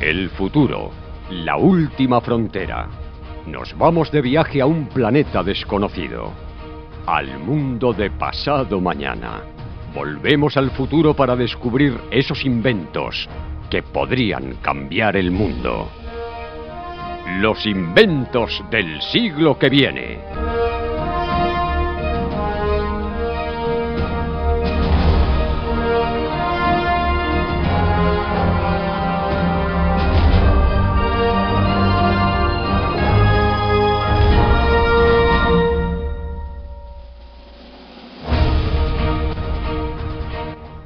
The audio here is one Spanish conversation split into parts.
El futuro, la última frontera. Nos vamos de viaje a un planeta desconocido, al mundo de pasado mañana. Volvemos al futuro para descubrir esos inventos que podrían cambiar el mundo. Los inventos del siglo que viene.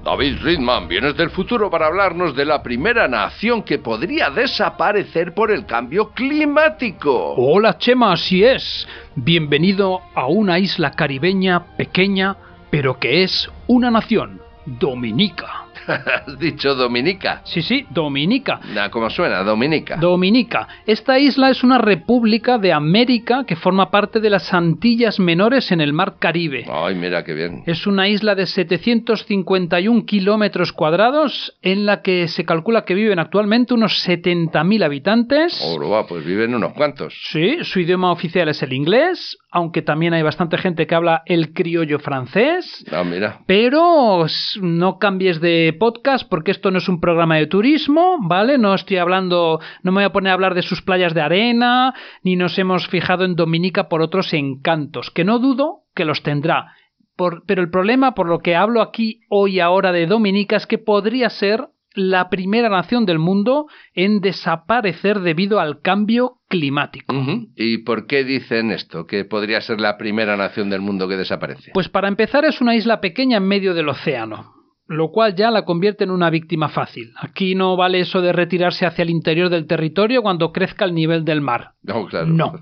David Ridman, vienes del futuro para hablarnos de la primera nación que podría desaparecer por el cambio climático. Hola Chema, así es. Bienvenido a una isla caribeña pequeña, pero que es una nación, Dominica. Has dicho Dominica. Sí, sí, Dominica. Nah, ¿Cómo suena? Dominica. Dominica. Esta isla es una república de América que forma parte de las Antillas Menores en el Mar Caribe. Ay, mira qué bien. Es una isla de 751 kilómetros cuadrados en la que se calcula que viven actualmente unos 70.000 habitantes. Oro, va, pues viven unos cuantos. Sí, su idioma oficial es el inglés, aunque también hay bastante gente que habla el criollo francés. Ah, mira. Pero no cambies de podcast porque esto no es un programa de turismo, ¿vale? No estoy hablando, no me voy a poner a hablar de sus playas de arena, ni nos hemos fijado en Dominica por otros encantos, que no dudo que los tendrá. Por, pero el problema por lo que hablo aquí hoy ahora de Dominica es que podría ser la primera nación del mundo en desaparecer debido al cambio climático. Uh -huh. ¿Y por qué dicen esto? Que podría ser la primera nación del mundo que desaparece. Pues para empezar es una isla pequeña en medio del océano lo cual ya la convierte en una víctima fácil. Aquí no vale eso de retirarse hacia el interior del territorio cuando crezca el nivel del mar. No, claro. No.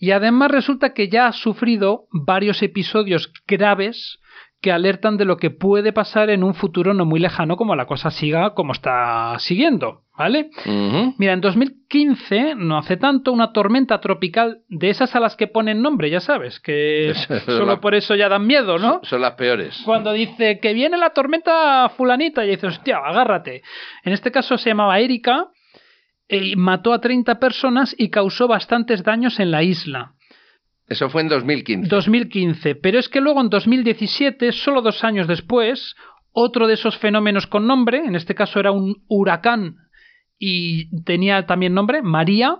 Y además resulta que ya ha sufrido varios episodios graves que alertan de lo que puede pasar en un futuro no muy lejano como la cosa siga como está siguiendo, ¿vale? Uh -huh. Mira, en 2015, no hace tanto, una tormenta tropical de esas a las que ponen nombre, ya sabes, que solo la... por eso ya dan miedo, ¿no? Son las peores. Cuando dice que viene la tormenta fulanita y dices, hostia, agárrate. En este caso se llamaba Erika, eh, y mató a 30 personas y causó bastantes daños en la isla. Eso fue en 2015. 2015, pero es que luego en 2017, solo dos años después, otro de esos fenómenos con nombre, en este caso era un huracán y tenía también nombre, María,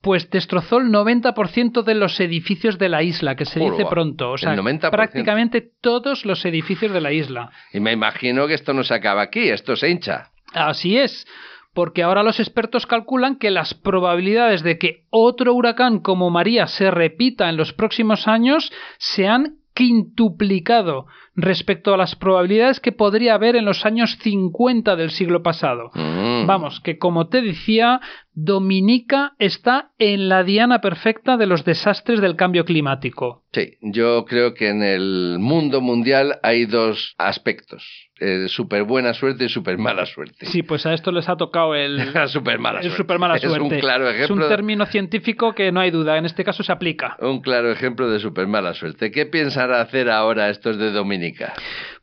pues destrozó el 90% de los edificios de la isla, que se Joder, dice pronto. O sea, el 90%. prácticamente todos los edificios de la isla. Y me imagino que esto no se acaba aquí, esto se hincha. Así es porque ahora los expertos calculan que las probabilidades de que otro huracán como María se repita en los próximos años se han quintuplicado respecto a las probabilidades que podría haber en los años 50 del siglo pasado. Mm. Vamos, que como te decía, Dominica está en la diana perfecta de los desastres del cambio climático. Sí, yo creo que en el mundo mundial hay dos aspectos. Eh, súper buena suerte y súper mala suerte. Sí, pues a esto les ha tocado el... La super mala el suerte. super mala Es suerte. un claro ejemplo Es un de- término científico que no hay duda, en este caso se aplica. Un claro ejemplo de súper mala suerte. ¿Qué piensará hacer ahora estos de Dominica?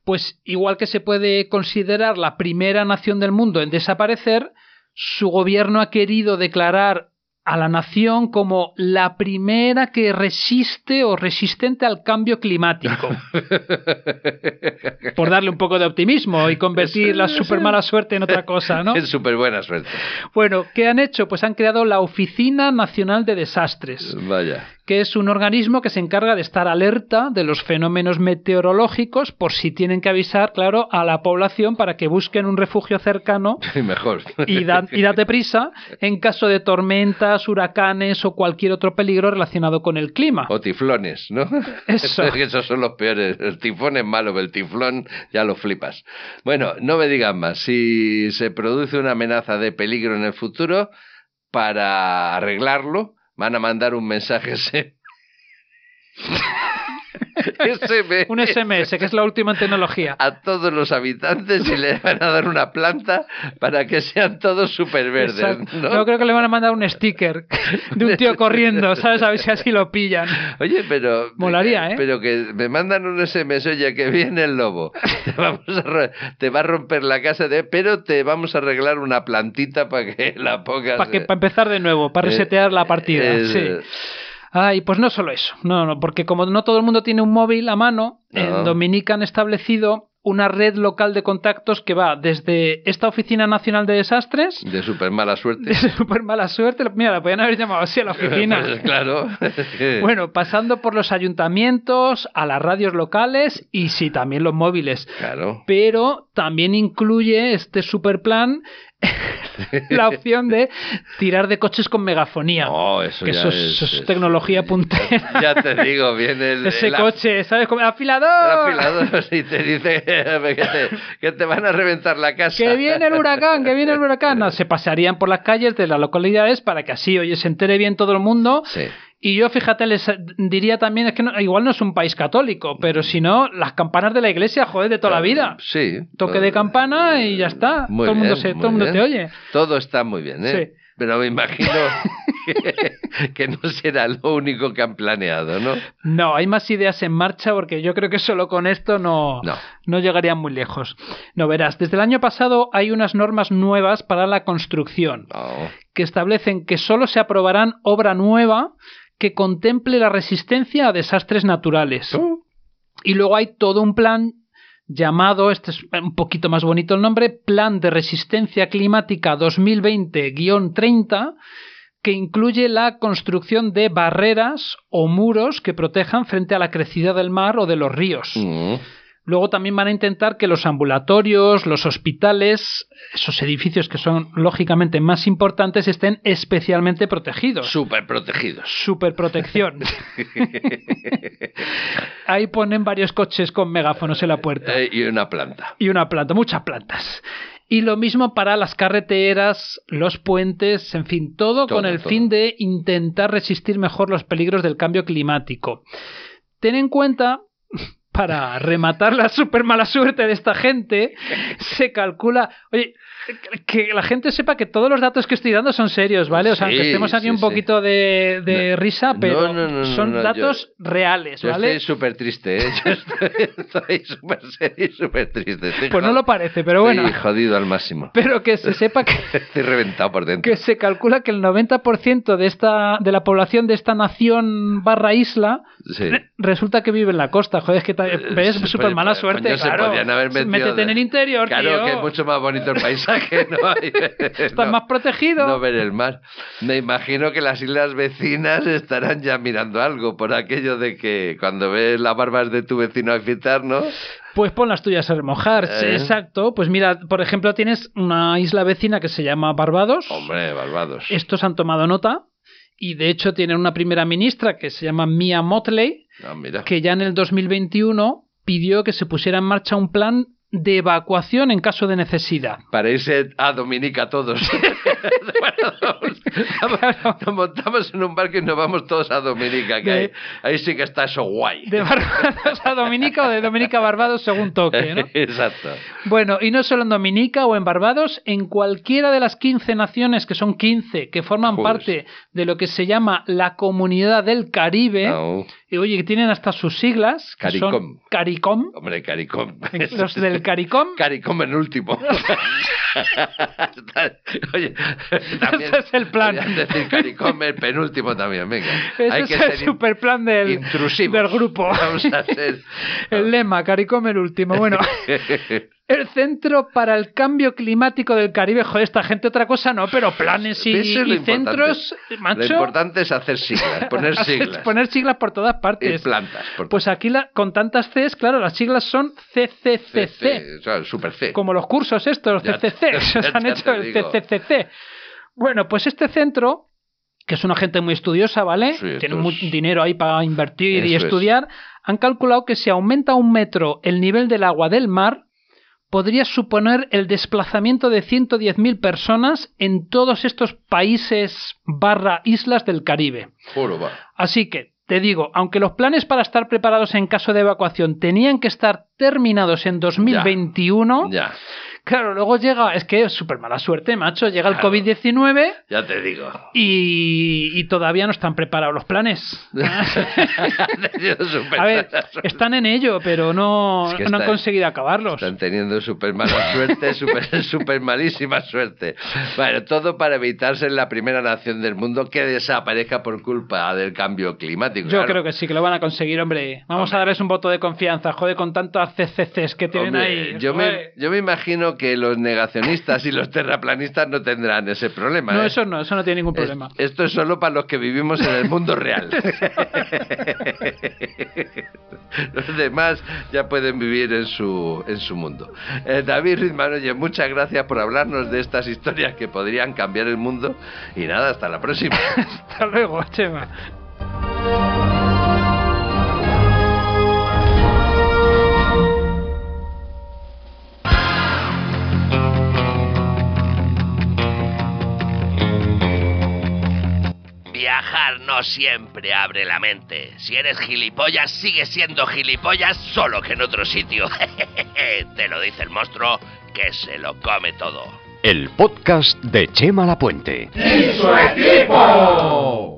Pues igual que se puede considerar la primera nación del mundo en desaparecer, su gobierno ha querido declarar a la nación como la primera que resiste o resistente al cambio climático. Por darle un poco de optimismo y convertir la super mala suerte en otra cosa, ¿no? Es súper buena suerte. Bueno, ¿qué han hecho? Pues han creado la Oficina Nacional de Desastres Vaya. que es un organismo que se encarga de estar alerta de los fenómenos meteorológicos por si tienen que avisar, claro, a la población para que busquen un refugio cercano Mejor. y, da- y date prisa en caso de tormentas, huracanes o cualquier otro peligro relacionado con el clima. O tiflones, ¿no? Eso. Es que esos son los peores. El tifón es malo, pero el tiflón ya lo flipas. Bueno, no me digan más. Si se produce una amenaza de peligro en el futuro, para arreglarlo, van a mandar un mensaje. se- SMS. Un E. SMS, que es la última en tecnología. a todos los habitantes y le van a dar una planta para que sean todos súper verdes. Exacto. Yo creo que le van a mandar un sticker de un tío corriendo, ¿sabes? A ver si así lo pillan. Oye, pero. Molaría, ¿eh? Pero que me mandan un SMS, oye, que viene el lobo. Te, vamos a ro- te va a romper la casa, de, pero te vamos a arreglar una plantita para que la pongas. Para eh. que, pa empezar de nuevo, para Eh, resetear la partida. es- sí. Ay, pues no solo eso. No, no, porque como no todo el mundo tiene un móvil a mano, No. en Dominica han establecido una red local de contactos que va desde esta Oficina Nacional de Desastres. De súper mala De suerte. súper mala suerte. Mira, la podían haber llamado así a la oficina. Pues claro. Bueno, pasando por los ayuntamientos, a las radios locales y sí, también los móviles. Claro. Pero también incluye este super plan la opción de tirar de coches con megafonía. No, eso que ya eso es, es- eso es es- tecnología puntera. Ya te digo, viene el. Ese el af- coche, ¿sabes? Como, el ¡Afilador! afilador y te dice que te, que te van a reventar la casa. ¡Que viene el huracán! ¡Que viene el huracán! No, se pasearían por las calles de las localidades para que así, oye, se entere bien todo el mundo. Sí. Y yo, fíjate, les eh, diría también, es que no- igual no es un país católico, pero si no, las campanas de la iglesia, joder, de toda la vida. Eh, Sí. Toque de campana y ya está. Muy todo el mundo, bien, se, muy todo el mundo te bien. oye. Todo está muy bien, ¿eh? Sí. Pero me imagino que, que no será lo único que han planeado, ¿no? No, hay más ideas en marcha porque yo creo que solo con esto no, No. no llegarían muy lejos. No verás, desde el año pasado hay unas normas nuevas para la construcción No. que establecen que solo se aprobarán obra nueva que contemple la resistencia a desastres naturales. Y luego hay todo un plan llamado, este es un poquito más bonito el nombre, Plan de Resistencia Climática 2020-30, que incluye la construcción de barreras o muros que protejan frente a la crecida del mar o de los ríos. Mm. Luego también van a intentar que los ambulatorios, los hospitales, esos edificios que son lógicamente más importantes, estén especialmente protegidos. Súper protegidos. Superprotección. Ahí ponen varios coches con megáfonos en la puerta. Eh, y una planta. Y una planta, muchas plantas. Y lo mismo para las carreteras, los puentes, en fin, todo, Todo, con el todo. fin de intentar resistir mejor los peligros del cambio climático. Ten en cuenta, para rematar la súper mala suerte de esta gente, se calcula. Oye, que la gente sepa que todos los datos que estoy dando son serios, ¿vale? O sea, Sí, que estemos aquí sí, un sí. poquito de, de No, risa, no, pero no, no, no, son no, yo- datos reales, Yo ¿vale? estoy súper triste, ¿eh? Yo estoy- estoy súper serio y súper triste. Estoy Pues no jod- lo parece, pero bueno. Estoy jodido al máximo. Pero que se sepa que. Estoy reventado por dentro. que se calcula que el 90% de esta de la población de esta nación barra isla Sí. Eh, re- resulta que vive en la costa. Joder, es que ta- ves Sí, súper mala pues, suerte, coño, se claro. podían haber metido Métete de- en el interior, Claro, tío. que es mucho más bonito el paisaje, ¿no? Estás No, más protegido. No ver el mar. Me imagino que las islas vecinas estarán ya mirando algo por aquello de que cuando ves las barbas de tu vecino al fitar, ¿no? Pues pon las tuyas a remojar. Sí, Eh. Exacto. Pues mira, por ejemplo, tienes una isla vecina que se llama Barbados. Hombre, Barbados. Estos han tomado nota y de hecho tienen una primera ministra que se llama Mia Motley. Ah, mira. que ya en el 2021 pidió que se pusiera en marcha un plan de evacuación en caso de necesidad. Para irse a Dominica todos. Vamos, Nos montamos en un barco y nos vamos todos a Dominica, que De- ahí, ahí sí que está eso guay. De Barbados a Dominica o de Dominica a Barbados según toque, ¿no? Exacto. Bueno, y no solo en Dominica o en Barbados, en cualquiera de las 15 naciones, que son 15, que forman Joder. parte de lo que se llama la Comunidad del Caribe, Au. y oye, que tienen hasta sus siglas, que son CARICOM, Hombre, CARICOM. los del CARICOM, CARICOM en último. Oye, también Ese es el plan. podrían decir CARICOM el penúltimo también, venga. ese Hay es que el ser superplan del, intrusivos. del grupo. Vamos a ser... El lema, CARICOM el último. Bueno, El Centro para el Cambio Climático del Caribe. Joder, esta gente otra cosa no, pero planes y, Eso es lo y importante. centros, Lo macho. importante es hacer siglas, poner siglas. Poner siglas por todas Y partes. plantas. por- Pues aquí la- con tantas Cs, claro, las siglas son C, CCCC. C, o sea, Super C. Como los cursos estos, los Ya- CCC. Se ya han te hecho el digo. CCCC. Bueno, pues este centro que es una gente muy estudiosa, ¿vale? Sí, esto Tienen mucho es- dinero ahí para invertir y Eso es. estudiar. Han calculado que si aumenta un metro el nivel del agua del mar, podría suponer el desplazamiento de 110.000 personas en todos estos países barra islas del Caribe. Juro, va. Así que Te digo, aunque los planes para estar preparados en caso de evacuación tenían que estar terminados en 2021, Ya, claro, luego llega, es que es súper mala suerte, macho, llega el Claro. COVID-19 ya te digo. Ah. y, y todavía no están preparados los planes. Teniendo super A ver, mala suerte. están en ello, pero no, Es que no han está- conseguido acabarlos. Están teniendo súper mala suerte, súper super malísima suerte. Bueno, todo para evitarse en la primera nación del mundo que desaparezca por culpa del cambio climático. Yo creo que sí, que lo van a conseguir, hombre. Vamos a darles un voto de confianza, joder, con tantos CCCs que tienen ahí. yo, me, joder. yo me imagino que los negacionistas y los terraplanistas no tendrán ese problema. No, ¿eh? eso no, eso no tiene ningún Es- problema. esto es solo para los que vivimos en el mundo real. los demás ya pueden vivir en su, en su mundo. Eh, David Ritman, oye, muchas gracias por hablarnos de estas historias que podrían cambiar el mundo. Y nada, hasta la próxima. Hasta luego, Chema. Viajar no siempre abre la mente. Si eres gilipollas, sigue siendo gilipollas, solo que en otro sitio. Te lo dice el monstruo que se lo come todo. El podcast de Chema Lapuente. y su equipo.